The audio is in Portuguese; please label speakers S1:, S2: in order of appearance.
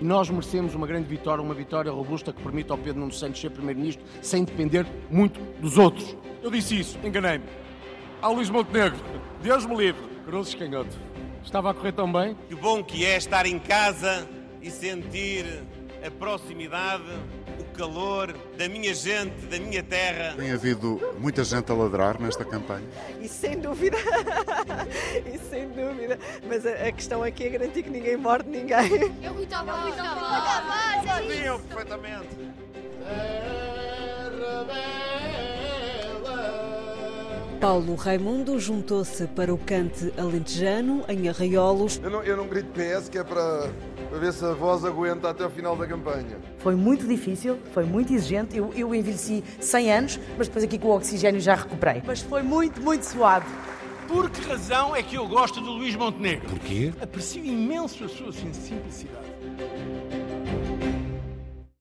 S1: E nós merecemos uma grande vitória, uma vitória robusta que permita ao Pedro Nuno Santos ser Primeiro-Ministro sem depender muito dos outros.
S2: Eu disse isso, enganei-me. Ao Luís Montenegro, Deus me livre. Cruzes canhoto.
S1: Estava a correr tão bem?
S3: Que bom que é estar em casa e sentir a proximidade, o calor da minha gente, da minha terra.
S4: Tem havido muita gente a ladrar nesta campanha.
S5: E sem dúvida, e sem dúvida. Mas a, a questão aqui é garantir que ninguém morde ninguém.
S6: É muito bom, é muito bom.
S3: É Viam perfeitamente.
S7: Paulo Raimundo juntou-se para o cante alentejano em Arraiolos.
S8: Eu não, eu não grito PS, que é para, para ver se a voz aguenta até o final da campanha.
S9: Foi muito difícil, foi muito exigente. Eu, eu envelheci 100 anos, mas depois aqui com o oxigênio já recuperei. Mas foi muito, muito suave.
S10: Por que razão é que eu gosto do Luís Montenegro?
S11: Porquê?
S10: Aprecio imenso a sua simplicidade.